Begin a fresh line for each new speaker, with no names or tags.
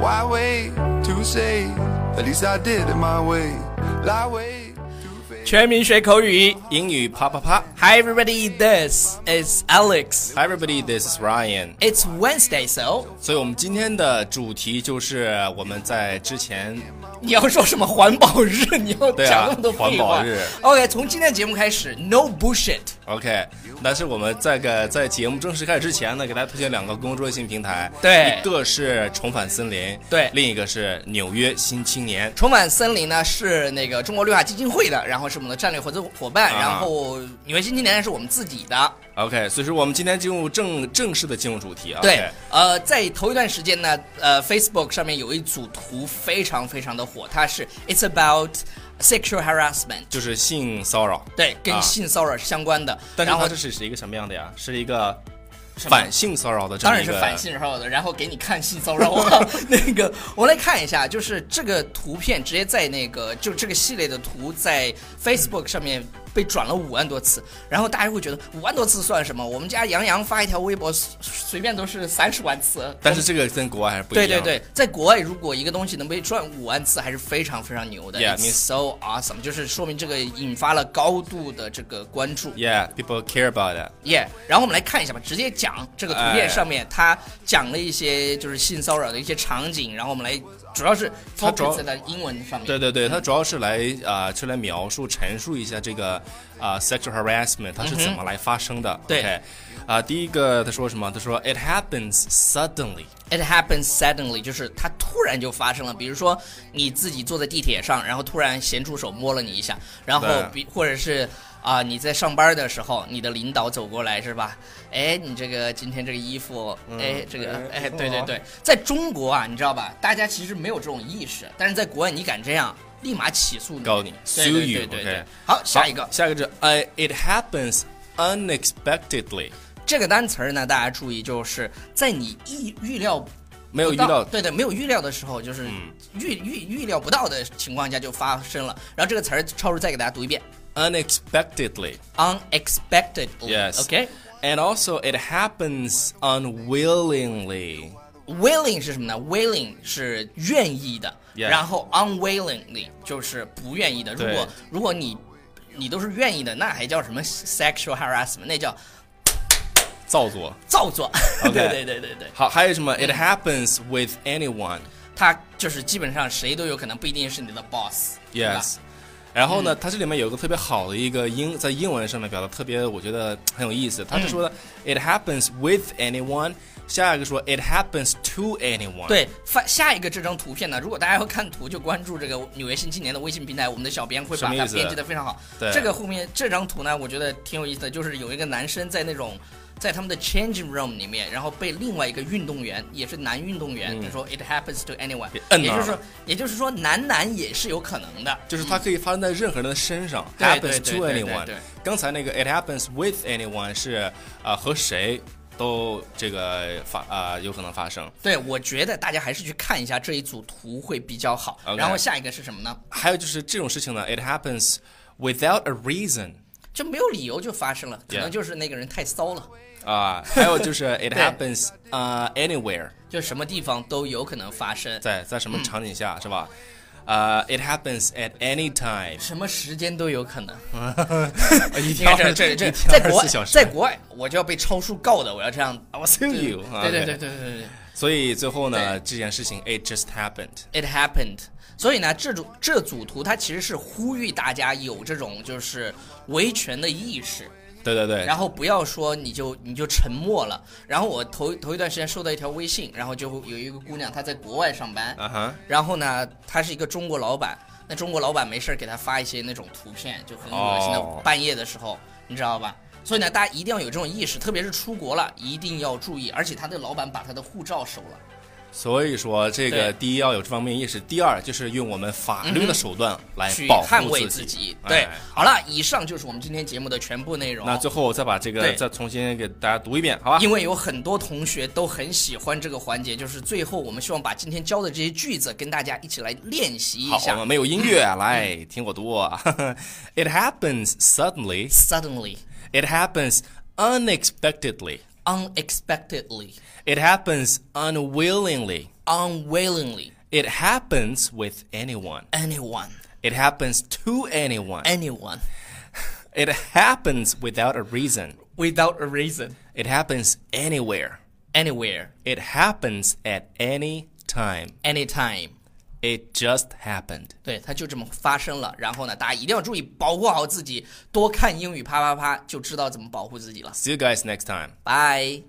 Why wait to say? At least I did it my way. Lie way to fake.
全民学口语。
英语啪啪啪
Hi everybody, this is Alex.
！Hi everybody, this is Ryan。
It's Wednesday, so
所以，我们今天的主题就是我们在之前
你要说什么环保日？你要
对
讲
啊
那么多
环
废
保
话
日。
OK，从今天节目开始，No bullshit。
OK，但是我们在个在节目正式开始之前呢，给大家推荐两个公众微信平台，
对
一个是《重返森林》，
对
另一个是《纽约新青年》。
重返森林呢是那个中国绿化基金会的，然后是我们的战略合作伙伴，
啊
然后纽约新青年是我们自己的。
OK，所以说我们今天进入正正式的进入主题啊。
对，呃，在头一段时间呢，呃，Facebook 上面有一组图非常非常的火，它是 It's about sexual harassment，
就是性骚扰。
对，跟
啊
性骚扰是相关的。
但是
然后
它这是是一个什么样的呀？是一个
么
反性骚扰的这
当
么
然
一
是
个，
反性骚扰的，然后给你看性骚扰。 我那个，我来看一下，就是这个图片直接在那个就这个系列的图在 Facebook 上面被转了五万多次，然后大家会觉得五万多次算什么？我们家杨洋发一条微博随随便都是三十万次。
但是这个跟国外还是不一
对
样。
对对，在国外如果一个东西能被转五万次，还是非常非常牛的。
Yeah,
It's
means-
so awesome，就是说明这个引发了高度的这个关注。
Yeah, people care about it.
耶、然后我们来看一下吧，直接讲这个图
哎
片上面，它讲了一些就是性骚扰的一些场景，然后我们来主要是
它主要
focus 在它英文上面。
对对对，它主要是来啊，是来描述、陈述一下这个啊 sexual harassment 它是怎么来发生的。
对
OK，啊，第一个他说什么？他说 It happens suddenly。
It happens suddenly，就是它突然就发生了。比如说你自己坐在地铁上，然后突然咸猪手摸了你一下，然后
对
比或者是啊、你在上班的时候，你的领导走过来是吧？哎，你这个今天这个衣服，哎，这个
哎
哎，
不错
对对
啊
对，在中国啊，你知道吧？大家其实没有这种意识，但是在国外你敢这样，立马起诉你，
告你
对
sue
对对
you，
对
OK
对。好，下一个
好。下一个是呃 It happens unexpectedly，
这个单词儿呢，大家注意，就是在你意预料
没有
不
遇
到
到。嗯
对对，没有预料的时候，就是预预预料不到的情况下就发生了。然后这个词儿，超叔再给大家读一遍
unexpectedly
，unexpectedly。
Yes.
OK。
and also it happens unwillingly
Willing 是什么呢？Willing 是愿意的
Yeah
然后 unwillingly 就是不愿意的。如
对
果如果你你都是愿意的，那还叫什么 sexual harassment？那叫
造作
造作。
OK
对对对对对，
好还有什么 it happens with anyone
他就是基本上谁都有可能，不一定是你的 boss 对吧。嗯
yes 然后呢，它这里面有一个特别好的一个英，在英文上面表达特别，我觉得很有意思。它是说的、
嗯
it happens with anyone，下一个说 it happens to anyone。，
对，发下一个这张图片呢，如果大家要看图，就关注这个《纽约新青年》的微信平台，我们的小编会把
什么
它
意思
编辑的非常好。
对
这个后面这张图呢，我觉得挺有意思的，就是有一个男生在那种。在他们的 changing room 里面，然后被另外一个运动员，也是男运动员，他说 "It happens to anyone"，
给嗯摁
也
那
就
儿
是说
了，
也就是说，男男也是有可能的。
就是它可以发生在任何人的身上、
对
h a
对
p p e n s
对
to
对对
anyone
对。
刚才那个 it happens with anyone 是啊、呃和谁都这个发啊、有可能发生。
对，我觉得大家还是去看一下这一组图会比较好。
OK
然后下一个是什么呢？
还有就是这种事情呢，it happens without a reason
就没有理由就发生了，可
Yeah
能就是那个人太骚了。
啊、还有就是
对
it happens 啊、anywhere，
就什么地方都有可能发生，
在在
嗯
什么场景下、是吧？啊、i t happens at any time，
什么时间都有可能。
嗯一
你看这这这，在国外，在国外我就要被超速告的，我要这样。
I was you，啊
对对对对对
OK
对
所以最后呢，这件事情 it just happened，
对，It happened。所以呢，这组这组图它其实是呼吁大家有这种就是维权的意识，
对对对，
然后不要说你就你就沉默了。然后我头头一段时间收到一条微信，然后就有一个姑娘她在国外上班，
啊哈，
然后呢，他是一个中国老板，那中国老板没事儿给他发一些那种图片，就很恶心的，
哦
半夜的时候，你知道吧？所以呢，大家一定要有这种意识，特别是出国了，一定要注意。而且他的老板把他的护照收了，
所以说这个
对
第一要有这方面意识，第二就是用我们法律的手段来
去
哎保
捍
护
卫
自
己。
哎
对，好了，以上就是我们今天节目的全部内容。
那最后我再把这个
对
再重新给大家读一遍，好吧？
因为有很多同学都很喜欢这个环节，就是最后我们希望把今天教的这些句子跟大家一起来练习一
好，我
下。
们没有音乐，来听我读啊。It happens suddenly.
Suddenly,
It happens unexpectedly.
unexpectedly,
It happens unwillingly.
unwillingly
It happens with anyone.
anyone
It happens to anyone.
anyone
It happens without a reason.
without a reason
It happens anywhere.
anywhere
It happens at any time.
anytime。
It just happened.
对，它就这么发生了。然后呢，大家一定要注意保护好自己，多看英语啪啪啪，就知道怎么保护自己了。
See you guys next time.
拜。